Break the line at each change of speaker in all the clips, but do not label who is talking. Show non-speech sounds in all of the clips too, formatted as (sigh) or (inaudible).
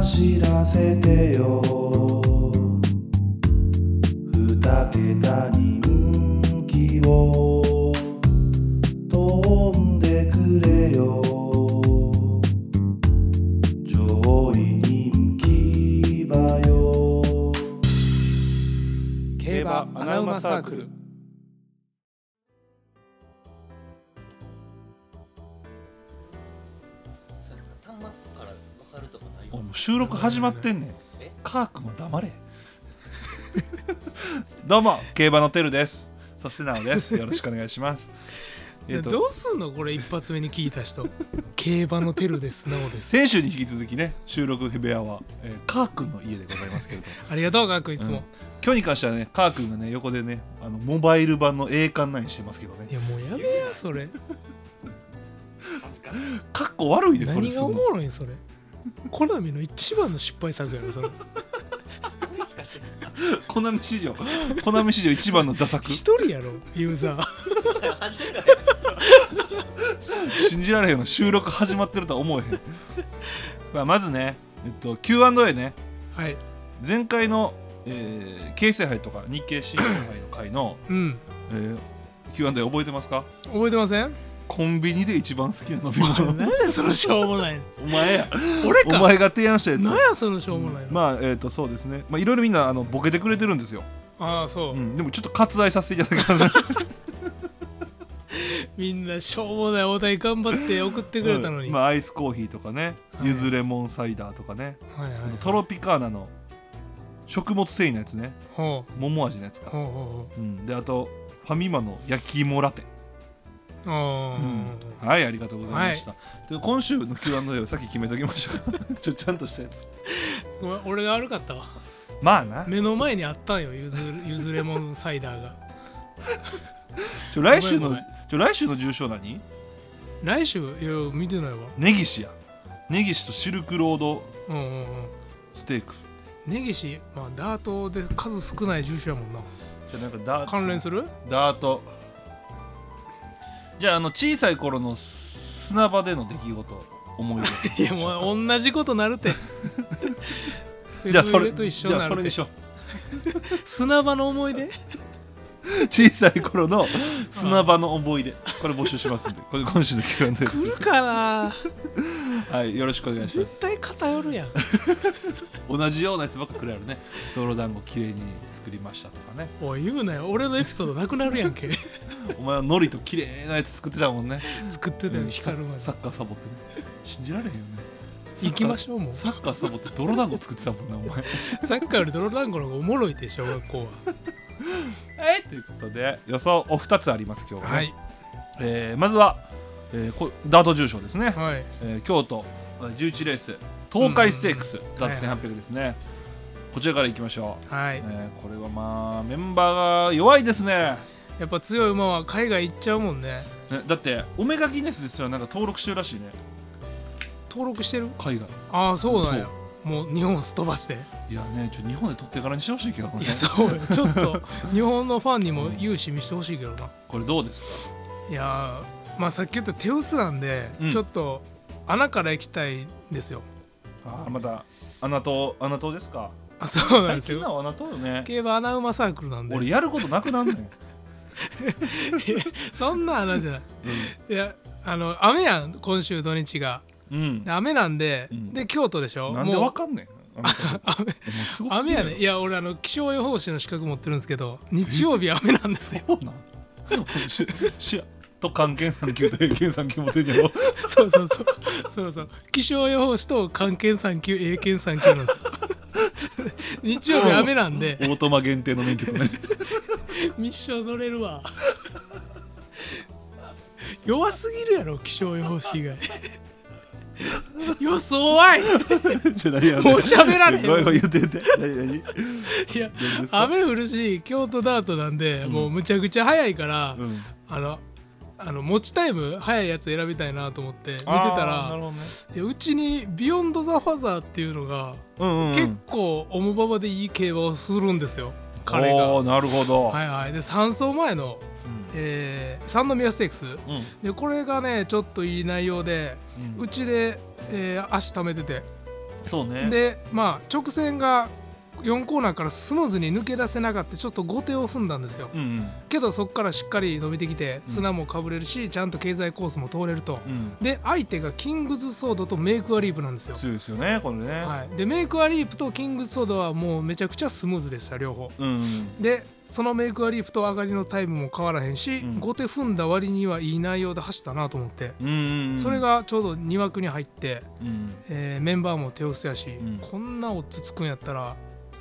走らせてよ二桁人気を飛んでくれよ上位人気馬よ
競馬アナウマサークル
それ端末から分かるとかない
おいもう収録始まってんねん
え
カー君は黙れ (laughs) どうも競馬のテルですそしてなおですよろしくお願いしますえっと
どうすんのこれ一発目に聞い
(laughs)
た人競馬のテルですなおです
先週に引き続きね収録部屋は、えー、カー君の家でございますけれど (laughs) も
ありがとうガクいつ
うん
も、
今日に関してはねカー君がね横でねあのモバイル版の栄冠9してますけど
い
ね
やもうやめやそれ
恥ずかしい
かっこ悪いでそれ
何
す
が
ん
お
の
もろいんそれコナミの一番の失敗作やろそ
(laughs)
れ
何しかしてない
コナミ史上コナミ史上一番のダ (laughs) 作
一人やろユーザー
初めて
信じられへんの収録始まってるとは思えへん、 (laughs) まあ、まずね、えっと、Q&A ね
はい
前回の、えー、京成杯とか日経新聞杯の回の、
うん
えー、Q&A 覚えてますか
覚えてませ
(laughs)
ん
コンビニで一番好きな飲み物
何やそのしょうもないの
お前や
俺
(laughs) お
か
前が提案したやつ
何やそのしょうもないの、
まあえっ、とそうですねまあいろいろみんなあのボケてくれてるんですよ、
ああそう、
うんでもちょっと割愛させていただきます
みんなしょうもないお題頑張って送ってくれた (laughs) のに、
うんまあ、アイスコーヒーとかね、
はい
ゆずレモンサイダーとかね、
はいはい、
あとトロピカーナの食物繊維のやつね
ほう
桃味のやつか、
ほうほ
うん、であとファミマの焼き芋ラテ
うほうあー
うんはいありがとうございました、で今週の Q&A をさっき決めときましょ
(laughs)
うちょちゃんとしたやつ
ごめん俺が悪かったわ
まあな
目の前にあったんよゆずゆずレモンサイダーが
ちょ来週
ご
の
めんご
ちょ来週の重賞何
来週いや見てないわ
根岸や根岸とシルクロード
うんうんうん
ステークス
根岸まあダートで数少ない住所やもんな
じゃあなんかダー
関連する
ダートじゃああの小さい頃の砂場での出来事思い
(laughs) い
出
やもう同じことなるて
(laughs)
セ
じゃあ
ブ
そ
ン
れ
レと一緒
じ
に
ゃあ
な
そ
る
れ
て
でしょ
砂場の思い出
小さい頃の砂場の思い出これ募集しますんでこれ今週の Q&A
(laughs)
で
来るか
(laughs)
な
はいよろしくお願いします
絶対偏るやん
同じようなやつばっかくれあるね泥団子きれいに作りましたとかね
おい言うなよ俺のエピソードなくなるやんけ (laughs)
お前は海苔ときれいなやつ作ってたもんね
作ってたよ
うん
光るまで
サッカーサボってね信じられへんよね
行きましょうもう
サッカーサボって泥団子作ってたもんなお前
サッカーより泥団子の方がおもろいって小学校
えということで予想お二つあります今日は、
は
ね
はい
えーまずは、えーこダート重賞ですね、
はい
えー京都えー11レース東海ステークス
うん
ダート1800ですね、こちらからいきましょう、
はい
えーこれはまあメンバーが弱いですね
やっぱ強い馬は海外行っちゃうもんね
ねだってオメガギネスですらなんか登録してるらしいね
登録してる
海外
ああそうなんや
そ
もう日本をすっ飛ばして
いやねちょ日本で取ってからにしてほしいけど
い
ね
やそうよちょっと日本のファンにも勇姿見せてほしいけどな
これどうですか
いやーまあさっき言った手薄なんで、
うん
ちょっと穴から行きたいんですよ
あーまた穴と穴とですか
あそうなん
最
です
近
よ
のは穴とよね
競馬穴馬サークルなんで
俺やることなくなんねん
そんな穴じゃないいやあの雨やん今週土日が
うん
(laughs) で、雨なんで、
うん
で京都でしょ
なんで
も
わ
う
かんねんあなたもうすごすぎ
(laughs)
る
雨やねいや俺あの気象予報士の資格持ってるんですけど日曜日雨なんですよ
そうなんししと関係産級と関産級も出てん
(laughs)
やろ
そうそうそうそうそう気象予報士と関係3級英検3級なんですよ日曜日雨なんで
オートマ限定の免許とね
ミッション乗れるわ弱すぎるやろ気象予報士以外予想はい
じゃあ何やねん
もう喋られへ
(laughs)
ん
ごめんごめん言って言って何何
いや
何ですか
雨降るし京都ダートなんで、
うん
もうむちゃくちゃ早いから、
うん、見て
あのあの持ちタイム早いやつ選びたいなと思って見てた
なる
ら
ほどね
いやうちに「ビヨンド・ザ・ファザー」っていうのが、
うんうんうん
結構オムババでいい競馬をするんですよ彼が。
おーなるほど、
はいはい、で3走前の、
うん
えー三宮ステークス
うん
でこれがねちょっといい内容で
うん
うちで、えー足貯めてて
そうね
でまあ直線が4コーナーからスムーズに抜け出せなかったちょっと後手を踏んだんですよ
うん
けどそこからしっかり伸びてきて
うん
砂もかぶれるし、ちゃんと経済コースも通れると、
うんうん
で相手がキングズソードとメイクアリープなんですよ、
強いですよねこれね、
はい、でメイクアリープとキングズソードはもうめちゃくちゃスムーズでした両方
うんうん
でそのメイクアリープと上がりのタイムも変わらへんし、
うん
後手踏んだ割にはいい内容で走ったなと思って、
うんうんうん
それ、がちょうど2枠に入って、
うん、
えーメンバーも手薄やし、
うん
こんなオッズつくんやったら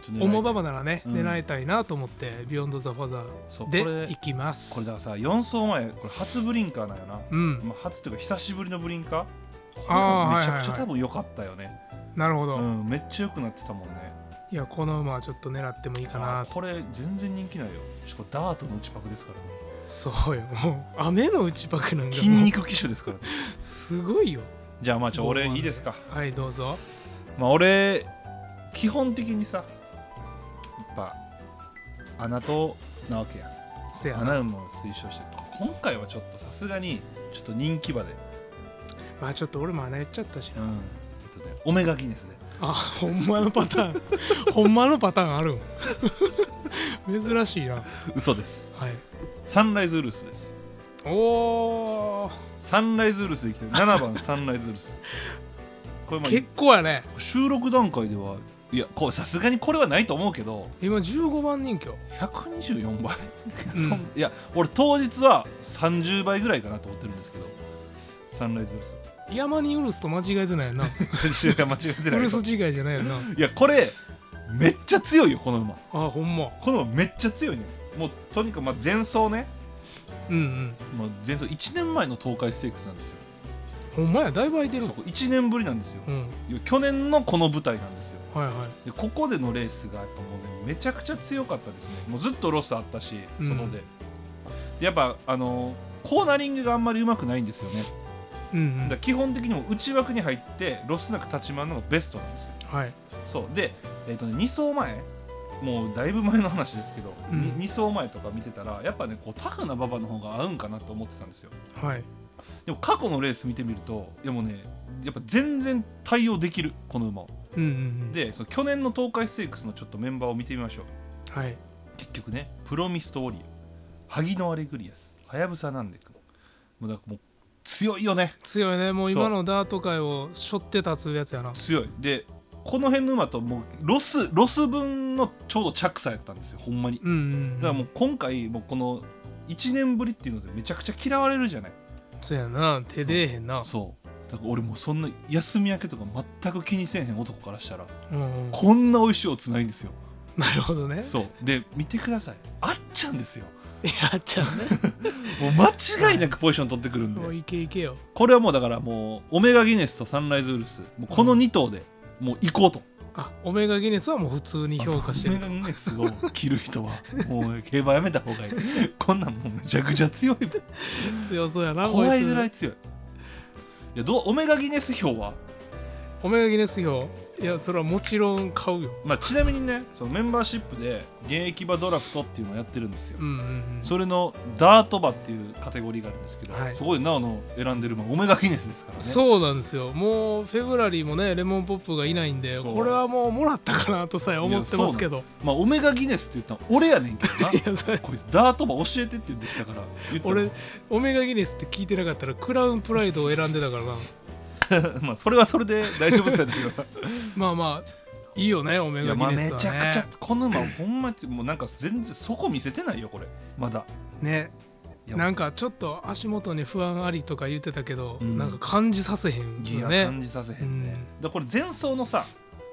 ちょっと狙いたい
重馬場ならね、
うん
狙いたいなと思って「ビヨンド・ザ・ファザ
そう
ー」
こ
で
れ
行きます
これだからさ4走前これ初ブリンカーなんよな、
うん
まあ、初というか久しぶりのブリンカーこれ
あー
がめちゃくちゃ
はいはいはい
多分良かったよね、
なるほど、
うん、めっちゃ良くなってたもんね
いやこの馬はちょっと狙ってもいいか
あ
な
ーこれ全然人気ないよしかもダートの内パクですからね
そうよもう雨の内パクなんか
筋
もう
肉機種ですからね
すごいよ
じゃあまあちょ俺いいですか
はいどうぞ
まあ俺基本的にさやっぱ穴となわけや
せやな
穴馬を推奨して今回はちょっとさすがにちょっと人気馬で
まあちょっと俺も穴やっちゃったし
う
なん
えっとねオメガギネスで
あほんまのパターンほんまのパターンあるん (laughs) 珍しいな
嘘です
はい
サンライズウルスです
おー
サンライズウルスできてる7番サンライズウル
(laughs)
スこれま
結構やね
あ収録段階ではいやこうさすがにこれはないと思うけど
今15番人気よ
124倍、
うん
そんいや俺当日は30倍ぐらいかなと思ってるんですけどサンライズウ
(laughs)
ルス
山にウルスと間違えてないよな
違う間違えて
ウ
ない
ルス違いじゃないよない
やこれめっちゃ強いよこの馬
あほんま
この馬めっちゃ強いねもうとにかくまあ前走ね
うんうん
もう前走1年前の東海ステークスなんですよ
ほんまやだいぶ空いてる
そこ1年ぶりなんですよ
うん
いや去年のこの舞台なんですよ
はいはい
でここでのレースがやっぱもうねめちゃくちゃ強かったですねもうずっとロスあったし
うん
外で,、でやっぱあのーコーナリングがあんまりうまくないんですよね
うん
だか
う
ら基本的にもう内枠に入ってロスなく立ち回るのがベストなんですよ
んはい
そうで、えーとね、2走前もうだいぶ前の話ですけど、
うん
に2走前とか見てたらやっぱねこうタフな馬場の方が合うんかなと思ってたんですよ
はい
でも過去のレース見てみるといやもうねやっぱ全然対応できるこの馬を
うんうんうん
でその去年の東海ステークスのちょっとメンバーを見てみましょう
はい
結局ねプロミストウォリアー萩野アレグリアスはやぶさなんでくもうだからもう強いよね
強いねもう今のダート界を背負って立つやつやな
強いでこの辺の馬ともうロスロス分のちょうど着差やったんですよほんまに
うんうん
だからも
う
う今回もうこの1年ぶりっていうのでめちゃくちゃ嫌われるじゃない
そうやな手出えへんな
そうだから俺もうそんな休み明けとか全く気にせえへん男からしたら
うんうん
こんな美味しいおつないんですよ
なるほどね
そうで見てくださいあっちゃんですよ
やっちゃうね
もう間違いなくポジション取ってくるんで、
もういけいけよ
これはもうだからもうオメガギネスとサンライズウルスもうこの2頭でもう行こうと、
あオメガギネスはもう普通に評価して
オ
る
メガギネスを切る人
(laughs)
はもう競馬やめた方がいいこんなんもうめちゃくちゃ強い
強そうやな
怖いぐら
こい
い強いいやどうオメガギネス票は、
つオメガギネス票いやそれはもちろん買うよ
まあ、ちなみにねそのメンバーシップで現役馬ドラフトっていうのをやってるんですよ、
うんうんうん
それのダート馬っていうカテゴリーがあるんですけど、
はい
そこでなおの選んでる馬オメガギネスですからね
そうなんですよもうフェブラリーもねレモンポップがいないんで
そう
これはもうもらったかなとさえ思ってますけど
まあオメガギネスって言ったら俺やねんけどない
やそれ
こいつダート馬教えてって言ってきたから言ったら
俺オメガギネスって聞いてなかったらクラウンプライドを選んでたからな
(laughs) まあそれはそれで大丈夫ですかね
まあまあいいよねオメ
い
ガ
やまあ
ギネ
め
スはね
ちゃくちゃこの馬ほんまにもうなんか全然そこ見せてないよこれまだ
ね
いや
なんかちょっと足元に不安ありとか言ってたけど、
うん
なんか感じさせへん
ギ
よ
ア
ね
感じさせへんね、だからこれ前走のさ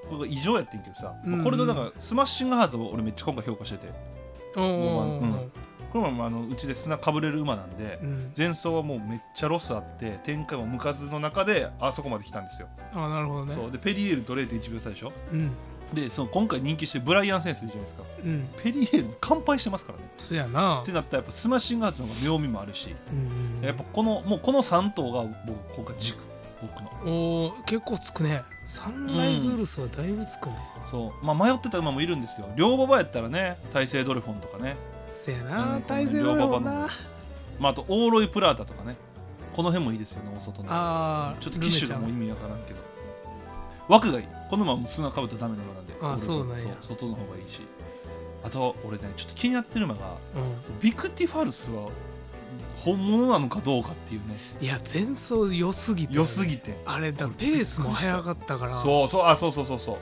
これが異常やってんけどさ、まあこれの
うん
だからスマッシングハーズを俺めっちゃ今回評価してて
おーおーおー
これもあのうちで砂かぶれる馬なんで
うん
前走はもうめっちゃロスあって展開も向かずの中であそこまで来たんですよ、
あーなるほどね
そうでペリエールと0.1秒差でしょ
うん
でその今回人気してるブライアン・センスいるじゃないですか
うん
ペリエール完敗してますからね
そやな
ってなったらやっぱスマッシングアーツの方が妙味もあるし、
うん
やっぱこのもうこの3頭が僕今回軸僕の
おー結構つくねサンライズウルスはだいぶつくね、
そうまあ迷ってた馬もいるんですよ両馬場やったらね大勢ドルフォンとかね
せやな、
うん
大勢の
両
よ
馬
う
場の
な
まああとオーロイプラータとかねこの辺もいいですよね大外の
あー
ちょっと機種
ルメちゃ
が
ん
もう意味わからんけど枠がいいこのまま砂かぶったらダメなのなんで
あ
俺
そうなんや
そう外の方がいいしあと俺ねちょっと気になってるのが
う
ビクティファルスは本物なのかどうかっていうね
ん、いや前走良すぎて、
良すぎて
あれだからペースも速かったから
そうそうあそうそうそうそう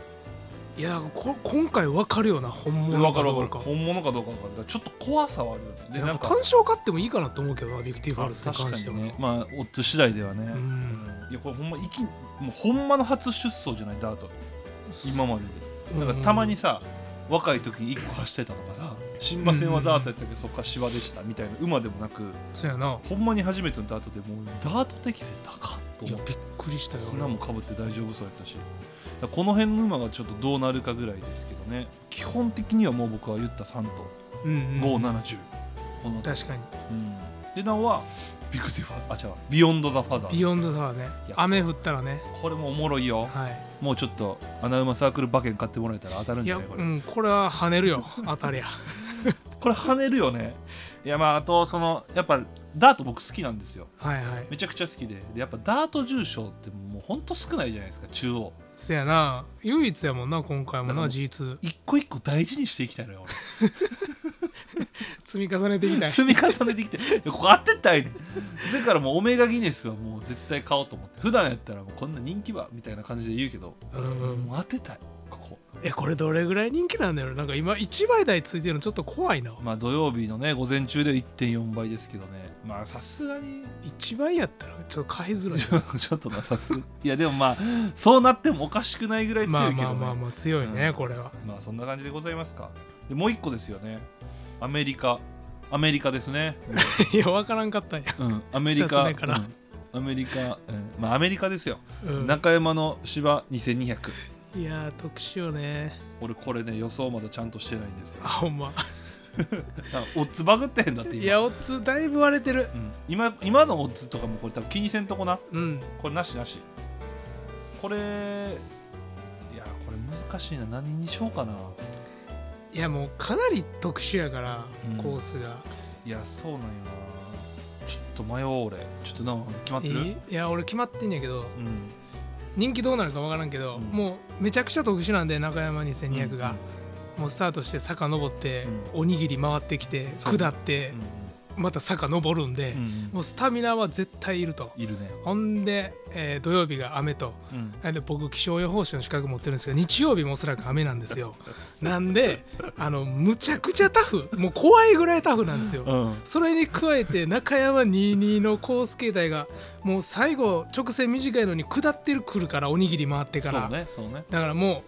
いやだからこ今回分かるよな本物
わかる
ど
わ
う
かる本物かどうかわかるからちょっと怖さはあるよねで
な
なんん
か
か
単勝勝ってもいいかなと思うけどなビクティファルスに
確か
関しては
にねまあオッズ次第ではね、
うん
いやこれほんまいきもうほんまの初出走じゃないダート今まででなんかたまにさ、若い時に1個走ってたとかさ新馬戦はダートやったけどそっから芝でしたみたいな馬でもなく
そうやな
ほんまに初めてのダートでもうダート適性高っと
いや
思って
びっくりしたよ
砂もかぶって大丈夫そうやったしだからこの辺の馬がちょっとどうなるかぐらいですけどね基本的にはもう僕は言った3と
うんうん
570、この辺り
確かに
うん、でなおはビクティファあ違うビヨンド・ザ・ファザ
ビ
ー
ヨンドだわね
いや
雨降ったらね
これもおもろいよ
はい
もうちょっと穴馬サークル馬券買ってもらえたら当たるん
い
じ
やう
ゃないこれ,、
んこれは跳ねるよ当たりゃ
これ跳ねるよねいやまああとそのやっぱダート僕好きなんですよ
(laughs) はいはい
めちゃくちゃ好きででやっぱダート重賞ってもうほんと少ないじゃないですか中央
そやな唯一やもんな今回も
だか
な
ら
G2
一個一個大事にしていきたいのよ
(laughs)
俺
積み重ねていき
(laughs)
たい
積み重ねてきていやここ当てたいねんだからもうオメガギネスはもう絶対買おうと思って普段やったらもうこんな人気馬みたいな感じで言うけど、
うんうん
もう当てたいここ
えこれどれぐらい人気なんだろうなんか今1倍台ついてるのちょっと怖いな
まあ土曜日のね午前中では1.4倍ですけどねまあさすがに (laughs)
1倍やったらちょっと買いづらい
ちょちょっとなさすがいやでもまあそうなってもおかしくないぐらい
ま
強
あ
い
ま
けど
あ
ね
まあまあ強いね、
うん
これは (laughs)
まあそんな感じでございますかでもう一個ですよねアメリカアメリカです
(laughs)
ね、
いや分からんかったんや、
うん、アメリカ、
二つ目から
うんアメリカ、うんまあアメリカですよ、
うん、
中山の芝2200
いやー特殊よね
俺これね予想まだちゃんとしてないんですよ
あほんま
あオッズバグってへんだって今
いやオッズだいぶ割れてる
うん、今今のオッズとかもこれ多分気にせんとこな
うん
これなしなしこれいやこれ難しいな何にしようかない
やもうかなり特殊やから、
うん
コースが
いやそうなんよなちょっと迷う俺ちょっとなんか決まってる、
いいいや俺決まってんやけど
うん
人気どうなるか分からんけど、
うん
もうめちゃくちゃ特殊なんで中山2200が、もうスタートして坂登って、
うん
おにぎり回ってきて
そう
下って、また坂登るんで、
うんうん
もうスタミナは絶対いると
いるね、
ほんで、えー土曜日が雨と
うん
なんで僕気象予報士の資格持ってるんですけど日曜日もおそらく雨なんですよ (laughs) なんであのむちゃくちゃタフもう怖いぐらいタフなんですよ
うん
それに加えて中山22のコース形態がもう最後直線短いのに下ってるくるからおにぎり回ってか
そ
ら、
うねそうね
だからも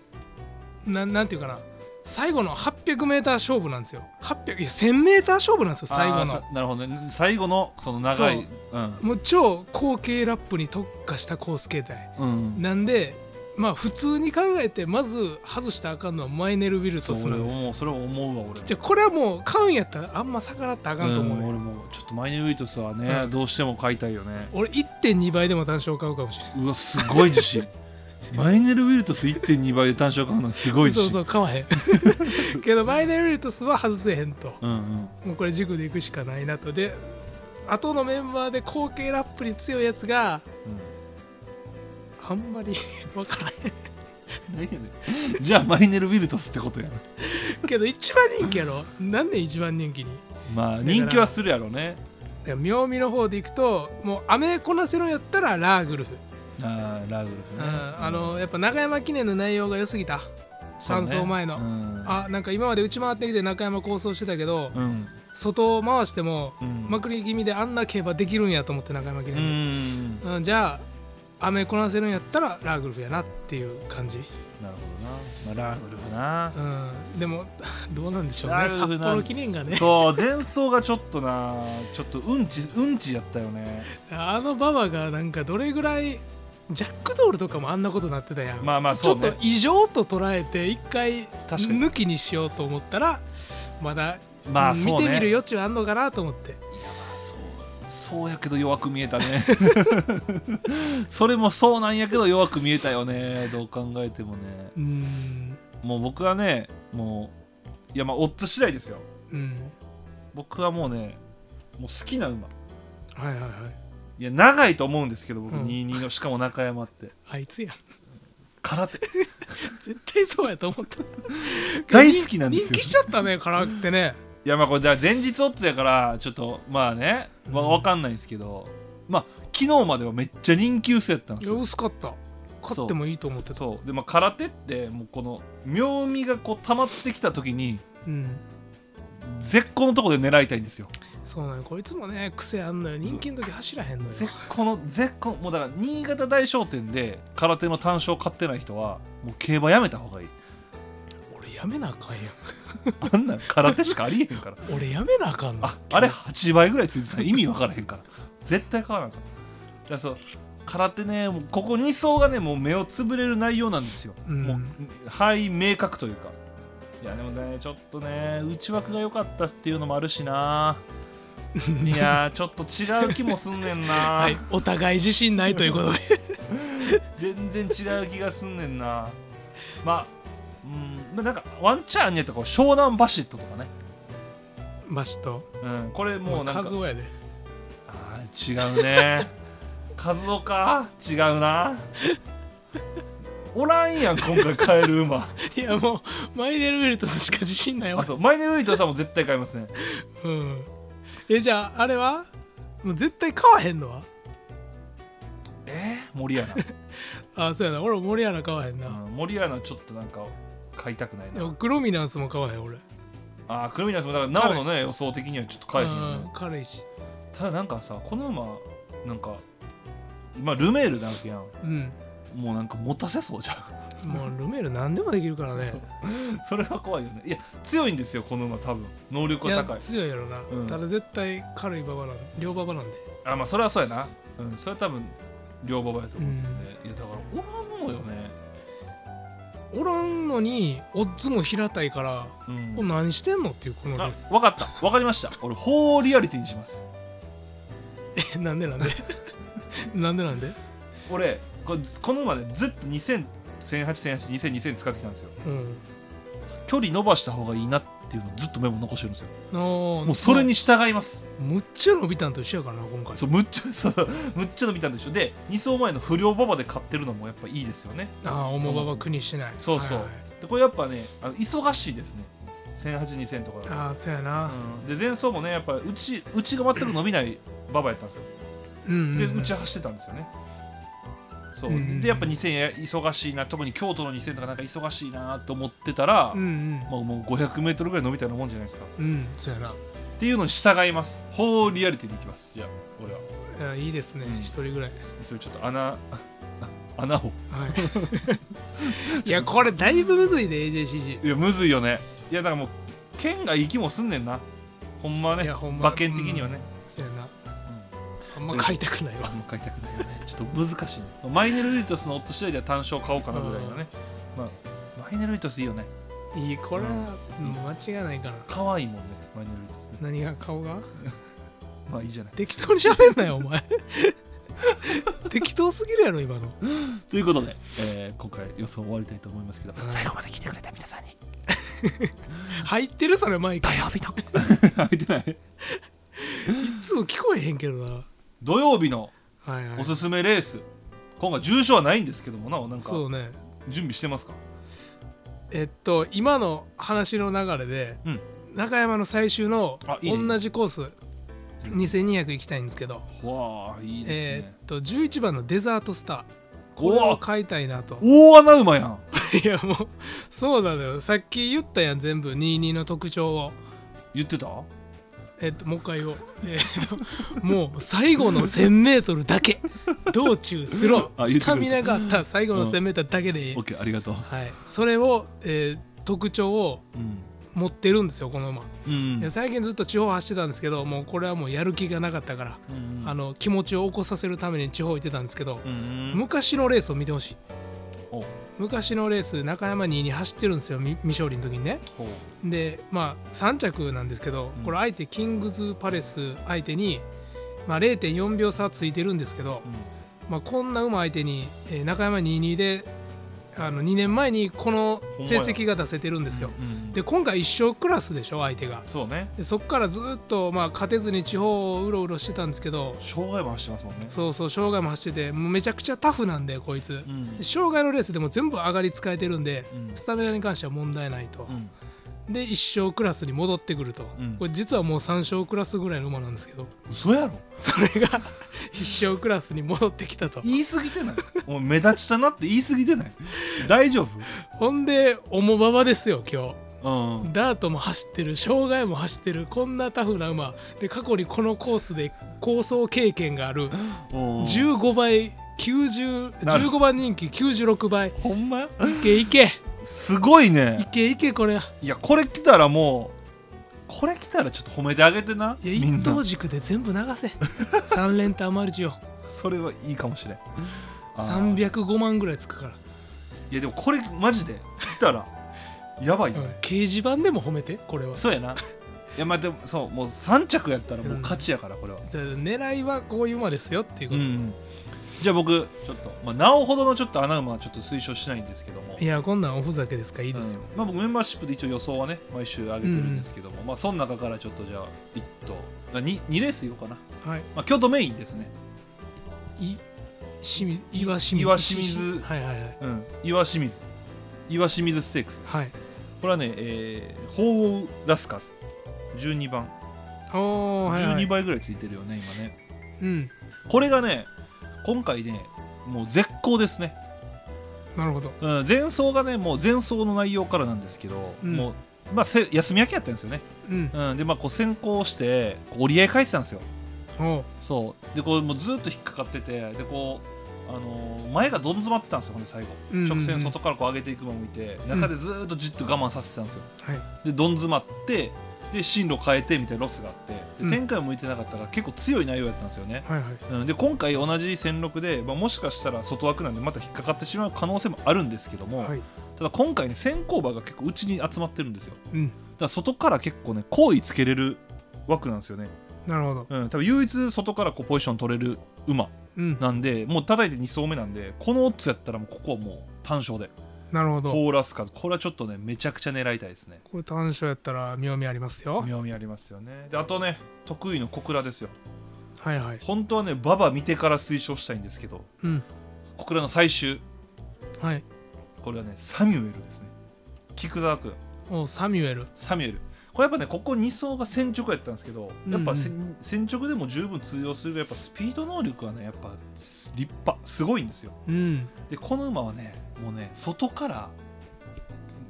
うなんなんていうかな最後の 800m 勝負なんですよ800いや 1000m 勝負なんですよ最後
あー
の
さなるほどね最後のその長いうん
もう超後傾ラップに特化したコース形態
うん
なんでまあ普通に考えてまず外したらあかんのはマイネル・ウィル
そ
ト
う
スな
俺
んです
思うそれを思うわ俺も
じゃあこれはもう買うんやったらあんま逆らったらあかんと思う、
ん
ね
俺もちょっとマイネルウィートスはね、
うん
どうしても買いたいよね
俺1.2倍でも単勝買うかもしれないう
わすごい
(laughs)
自信マイネルウィルトス1.2倍で単勝買うのはすごい自
そう
信
そう買わへん (laughs) けどマイネル・ウィルトスは外せへんと
うんうん
もうこれ軸で行くしかないなとで後のメンバーで後継ラップに強いやつがあんまり (laughs) 分から
何やねんじゃあマイネルウィルトスってことやな
へんけど一番人気やろ何年一番人気に
まあ人気はするやろね
で妙味の方で行くともうアメこなせるんやったらラーグルフ
あーラウルフ
う
ね
んあのやっぱ長山記念の内容が良すぎた
そう
三
ね
走前の
うん
あなんか今まで内回ってきて中山構想してたけど
うん
外を回しても
うん
まくり気味であんな競馬できるんやと思って中山記
う
念
ん
で、うんじゃあ雨こなせるんやったらラーグルフやなっていう感じ、
なるほどな、まあ、ラウルフな
うん、でも (laughs) どうなんでしょう
ラ
ね
ーグルフ
札
な
幌記念がね (laughs)
そう前走がちょっとなちょっとうんちうんちやったよね
あの馬場がなんかどれぐらいジャックドールとかもあんなことなってたやん、
まあまあ
ち
そ
ょ
う
っ
ね
と異常と捉えて一回
確かに
抜きにしようと思ったらまだ
まあ
うん
そうね
見てみる余地はあんのかなと思って
いやまあそうそうやけど弱く見えたね (laughs) それもそうなんやけど弱く見えたよねどう考えてもね
うーん
もう僕はねもういやまあオッズ次第ですよ
うん
僕はもうねもう好きな馬
はいはいはい
いや長いと思うんですけど僕
うん
22の、しかも中山って
あいつやん (laughs)
空手
絶対そうやと思った
(laughs) 大好きなんですよ
人気しちゃったねカラオケって
(laughs)
ね
いやまあこれだから前日オッズやからちょっとまあねわ
うん
わかんないですけど、まあ昨日まではめっちゃ人気薄やったんで
い
す
や
よ
薄かった勝ってもいいと思ってた
そうでまあ空手ってもうこの妙味がこう溜まってきた時に
うん
絶好のとこで狙いたいんですよ
そうなのこいつもね癖あんのよ人気の時走らへんのよ
絶好の絶好もうだから新潟大商店で空手の単勝買ってない人はもう競馬やめた方がいい
俺やめなあかんやん
あんなん空手しかありえへんから
俺やめなあかんの
ああれ8倍ぐらいついてたら意味わからへんから絶対買わなあかんだからそう空手ねもうここ2層がねもう目をつぶれる内容なんですよ、
うん
もうはい明確というかいやでもねちょっとね内枠が良かったっていうのもある
(laughs)
しないやーちょっと違う気もすんねんな、
はいお互い自信ないということで
全然違う気がすんねんなまあうんまあなんかワンチャンにやったらこう湘南バシットとかね、
マシと
うん、これもうなんか
数やで
あー違うね
(laughs)
カズオか違うなおらんやん今回買え
(laughs)
る馬
いやもうマイネル・ウィルトスしか自信ない
あ
わ
そうマイネルウィートさんも絶対買いますね
うんえじゃああれはもう絶対買わへんのは
えー、森ア
(laughs)
ナ、
あそうやな俺も森原買わへんな、
うん、森アナちょっとなんか買いたくない
で
な
もクロミナンスも買わへん俺
あークルミナスもだからなおのね予想的にはちょっと買えへんよ
うん
ね
軽いした
だなんかさこの馬なんかまあルメールなわけやん
うん
もうなんか持たせそうじゃん (laughs)
もうルメール何でもできるからね
それは怖いよねいや強いんですよこの馬多分能力
い
は
や
高い
強いやろな、
うん
ただ絶対軽い馬場なんで両馬場なんで
あまあそれはそうやなうんそれは多分両馬場やと思うんだよね、いやだからおらんのよね
おらんのにオッズも平たいから、
うん
これ何してんのっていうこのレ
あ
ース
分かった分かりました俺法をリアリティにします
え (laughs) なんでなんで
(laughs)
なんでなんで
俺ここの馬でずっと2000 1008、1008、2000、2000使ってきたんですよ
うん
距離伸ばした方がいいなっていうのをずっとメモ残してるんですよ
も
もうそれに従います
むっちゃ伸びたんと一緒やからな今回
そうむっちゃ (laughs) そうそうむっちゃ伸びたんでしょで2走前の不良馬場で買ってるのもやっぱいいですよね
ああ重馬場苦
に
にしてない
そうそう
はいはい
でこれやっぱねあの忙しいですね10082000とかだと
ああそうやな、
で前走もねやっぱうちうちが全く伸びない馬場やったんですよ
うんうん
で
うん
うち走ってたんですよねそう
うんうん
でやっぱ2000や忙しいな特に京都の2000とかなんか忙しいなと思ってたら、
うんうん
まあ、もう 500m ぐらい伸びたようなもんじゃないですか
うんそうやな
っていうのに従います法リアリティでいきますじゃあ俺はい
やいいですね
うん
一、人ぐらい
それちょっと穴 (laughs) 穴を (laughs)
はい (laughs) いやこれだいぶむずいで AJCG
いやむずいよねいやだからもう剣がいい気もすんねんなほんまはね
いやほんま
馬券的にはね、
そうやな
うん
あんま買いたくない
あ
わ
んま買いたくないよね。ちょっと難しいね。マイネル・ウィルトスのオッズ次第では単勝買おうかなぐらいのね。まあ、マイネル・ウィルトスいいよね。
いいこれはもう間違いないから
可愛いもんね、マイネル・ウィルトスね。
何が顔が
まあいいじゃない。
適当に喋んなよお前 (laughs) 適当すぎるやろ今の
ということで、えー今回予想終わりたいと思いますけど、
はい
最後まで来てくれた皆さんに、
(laughs) 入ってるそれマイクい
土曜日の。開いてない
つも聞こえへんけどな
土曜日の
はいはい
おすすめレース。今回、重賞はないんですけどもな、なんか
そうね
準備してますか
えっと今の話の流れで、
うん
中山の最終の
あいいね
同じコース2200行きたいんですけど、
わあ、いいです
え
ね
ー。っと11番のデザートスターこ
お
れを
わ
買いたいなと
大穴馬やん。
いやもうそうなのよさっき言ったやん全部22の特徴を
言ってた
えっともう一回を、え
(laughs)
っともう最後の 1000m だけ道中スロ
あ
ー
言ってくれ
ス
た
タミナがあった最後
う
の
ん
1000m だけでいい、
?OK、ありがとう。
はい、それを、えー特徴を
うん。
持ってるんですよこの馬、
うん
いや最近ずっと地方走ってたんですけどもうこれはもうやる気がなかったから、
うん
あの気持ちを起こさせるために地方行ってたんですけど、
うん
昔のレースを見てほしい
お
昔のレース中山2に走ってるんですよみ未勝利の時にね
ほう
でまあ3着なんですけど
うん
これ相手キングズパレス相手に、まあ、0.4秒差ついてるんですけど、まあ、こんな馬相手に、えー中山22であの2年前にこの
ほんま
成
や
績が出せてるんですよ、
うん
で今回一生クラスでしょ相手が
そうね
でそこからずっと、まあ、勝てずに地方をうろうろしてたんですけど
障害も走ってますもんね
そうそう障害も走っててもうめちゃくちゃタフなんでこいつ
う、ん
で障害のレースでも全部上がり使えてるんで
うん
スタミナに関しては問題ないと
う、ん
で一生クラスに戻ってくると、
うん
これ実はもう3勝クラスぐらいの馬なんですけど (laughs)
嘘やろ
それが (laughs) 一生クラスに戻ってきたと
言い過ぎてないお前目立ちたなって言い過ぎてない大丈
ほんで重馬場ですよ今日
夫うん
ダートも走ってる障害も走ってるこんなタフな馬で過去にこのコースで構想経験がある
うん
15倍
なる
9015番人気96倍い
ほんま
けいけ
すごい
い
ね
けいけこれ
いやこれ来たらもうこれ来たらちょっと褒めてあげてない
や
みん
一
な
等軸で全部流せ3連単マルチよ
それはいいかもしれんあー
305万ぐらいつくから、
いやでもこれマジで来たらやばいよ、
うん掲示板でも褒めてこれは
そうやないやまあでもそうもう3着やったらもう勝ちやからこれは
じゃあ狙いはこういう馬ですよっていう
う
こ
ん、
と、
じゃあ僕ちょっと、まあ、なおほどのちょっと穴馬はちょっと推奨しないんですけども
いやこんなんおふざけですからいいですよ、
うんまあ、僕メンバーシップで一応予想はね毎週上げてるんですけども、まあその中からちょっとじゃあ1頭 2, 2レースいこうかな、
はい
まあ、京都メインですね、
いしみ岩清水
岩清水
はいはいはい
うん、岩清水岩清水ステークス
はい
これはね、えー、鳳凰ラスカス12番
おーはい、はい、
12倍ぐらいついてるよね今ね
うん
これがね今回ねもう絶好ですね、
なるほど
うん、前走がねもう前走の内容からなんですけど、
うん
もうまあ、せ休み明けやったんですよね、
うん
うん、でまあこう先行してこう折り合い返してたんですよ
おう
そうでこうもうずっと引っかかっててでこう、あのー前がどん詰まってたんですよほんで最後、
うんうんうん
直線外からこう上げていくのを見て中でずーっとじっと我慢させてたんですよ、
はい
でどん詰まってで進路変えてみたいなロスがあって
う
で
ん
展開も向いてなかったから結構強い内容やったんですよね、
はいはい
うん、で今回同じ戦力で、まあ、もしかしたら外枠なんでまた引っかかってしまう可能性もあるんですけども、
はい
ただ今回ね先行馬が結構うちに集まってるんですよだか
うん
ら外から結構ね好位つけれる枠なんですよね
なるほど
うん、多分唯一外からこうポジション取れる馬
うん
なんでもう叩いて2走目なんでこのオッズやったらもうここはもう単勝で
なるほど
コーラス数これはちょっとねめちゃくちゃ狙いたいですね
これ短所やったら妙味ありますよ
妙味ありますよねであとね得意の小倉ですよ
はいはい
本当はね馬場見てから推奨したいんですけど
うん
小倉の最終
はい
これはねサミュエルですね菊沢君
おうサミュエル
サミュエルこれやっぱねここ2走が先直やったんですけどやっぱせん、
う
先直でも十分通用するやっぱスピード能力はねやっぱ立派すごいんですよ
うん
でこの馬はねもうね外から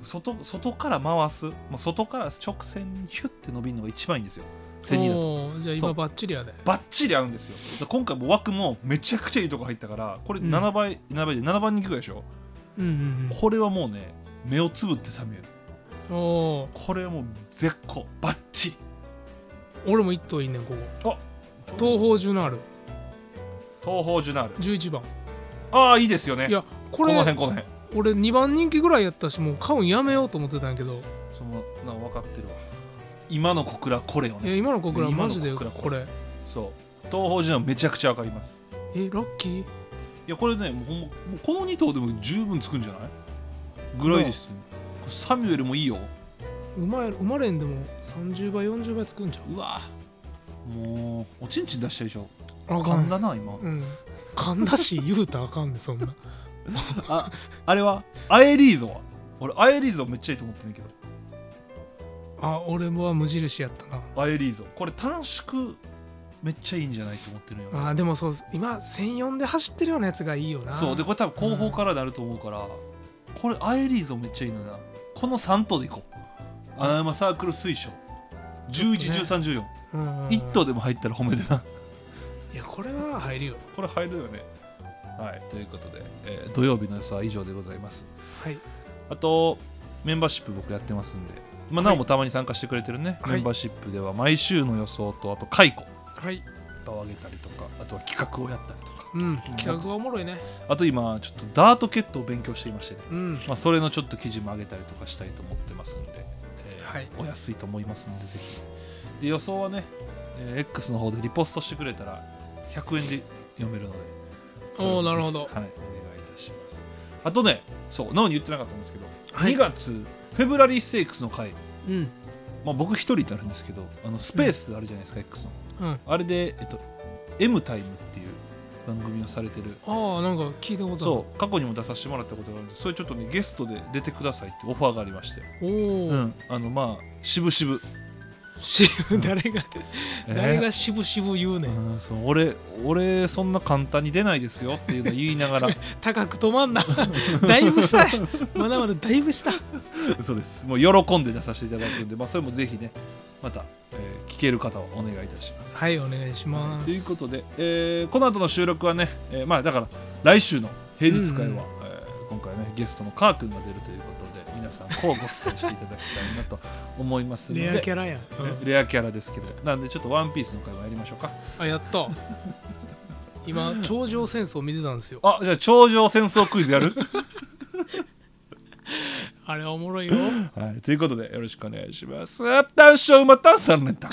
外外から回すもう外から直線にヒュッて伸びるのが一番いいんですよ線にだと
おうじゃあ
そ
今
う
バッチリやで
バッチリ合うんですよだから今回も枠もめちゃくちゃいいとこ入ったからこれ
うん
7倍、7倍で7番人気ぐらいでしょ
うんうん
これはもうね目をつぶってサミュエル
うんおう
これはもう絶好バッチリ
俺も一頭いいねんここ東
東
方ジュナール
方ジュナール
11番
ああいいですよね
いやこ
こ
れ
の辺この辺
俺2番人気ぐらいやったしもう買うんやめようと思ってたんやけど
そのな分かってるわ今の小倉これよ
いや
ね
今の小倉
今の
マジで
小倉
これ
そう東方ジュナールめちゃくちゃ分かります
えラッキー
いやこれねもうほんまもうこの2頭でも十分つくんじゃないぐらいですよ、これサミュエルもいいよ
うまい生まれんでも30倍40倍つくんちゃう
うわもうおちんちん出したでしょ
あ
噛ん
だ
だな今
うん噛んだし言うたらあかんでそん
(laughs)
な
ああれはアエリーゾは俺アエリーゾめっちゃいいと思ってんねんけど
あ俺は無印やったな
アエリーゾこれ短縮めっちゃいいんじゃないと思ってるんよ、ね、
あーでもそう今1004で走ってるようなやつがいいよな
そうでこれ多分後方からなると思うから、これアエリーゾめっちゃいいのよなこの3頭でいこう穴山サークル推奨111314、
うんうん
一1頭でも入ったら褒めてない
やこれは入るよ
これ入るよね。はい、ということで、えー土曜日の予想は以上でございます。
はい
あと、メンバーシップ僕やってますんで、まあ、なおもたまに参加してくれてるね、
はい
メンバーシップでは毎週の予想と、あと解雇
はい
を上げたりとか、あとは企画をやったりとか、
うん企画がおもろいね
あと今、ちょっとダートケットを勉強していましてね、
うん
まあ、それのちょっと記事も上げたりとかしたいと思ってますんで、えー
はい
お安いと思いますんで、ぜひ。で予想はね、えー X の方でリポストしてくれたら100円で読めるので、
おーなるほど
はい、お願いいたします。あとねそうなのに言ってなかったんですけど、
はい
2月フェブラリーステークスの回、
うん
まあ、僕一人であるんですけどあのスペースあるじゃないですか、X の
うん
あれで、えっと、M タイムっていう番組をされてる
ああなんか聞いたことある
そう過去にも出させてもらったことがあるんですそれちょっとねゲストで出てくださいってオファーがありまして
お
う
お、
んあのまあ渋々
し誰が、
えー
誰がしぶしぶ言うねん、
うんそう俺俺そんな簡単に出ないですよっていうのを言いなが (laughs) ら
高く止まんなだいぶしたいまだまだだいぶした
そうですもう喜んで出させていただくんで、まあ、それもぜひねまた、えー聞ける方はお願いいたします、
はいお願いします
ということで、えーこの後の収録はね、えーまあだから来週の平日会は、
うんうん
えー今回ねゲストのカー君が出るということで皆さんこうご期待していただきたいなと思いますので (laughs)
レアキャラやん、うん
ねレアキャラですけどなんでちょっとワンピースの会もやりましょうか
あやった今頂上戦争見てたんですよ
あじゃあ頂上戦争クイズやる、
あれおもろいよ
はい、ということでよろしくお願いしますダンショウまた三連単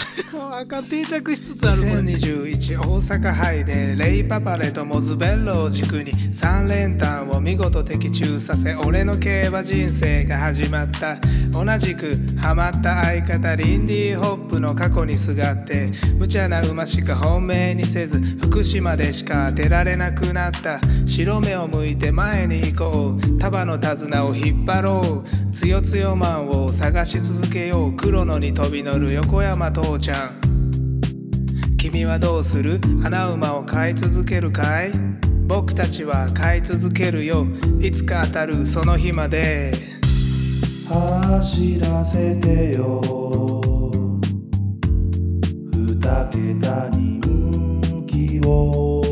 赤定着しつつあるこれ
2021大阪杯でレイパパレとモズベッロを軸に3連単を見事的中させ俺の競馬人生が始まった同じくハマった相方リンディーホップの過去にすがって無茶な馬しか本命にせず福島でしか当てられなくなった白目を向いて前に行こう束の手綱を引っ張ろうつよつよマンを探し続けよう黒野に飛び乗る横山父ちゃん君はどうする穴馬を飼い続けるかい僕たちは飼い続けるよいつか当たるその日まで
走らせてよ二桁人気を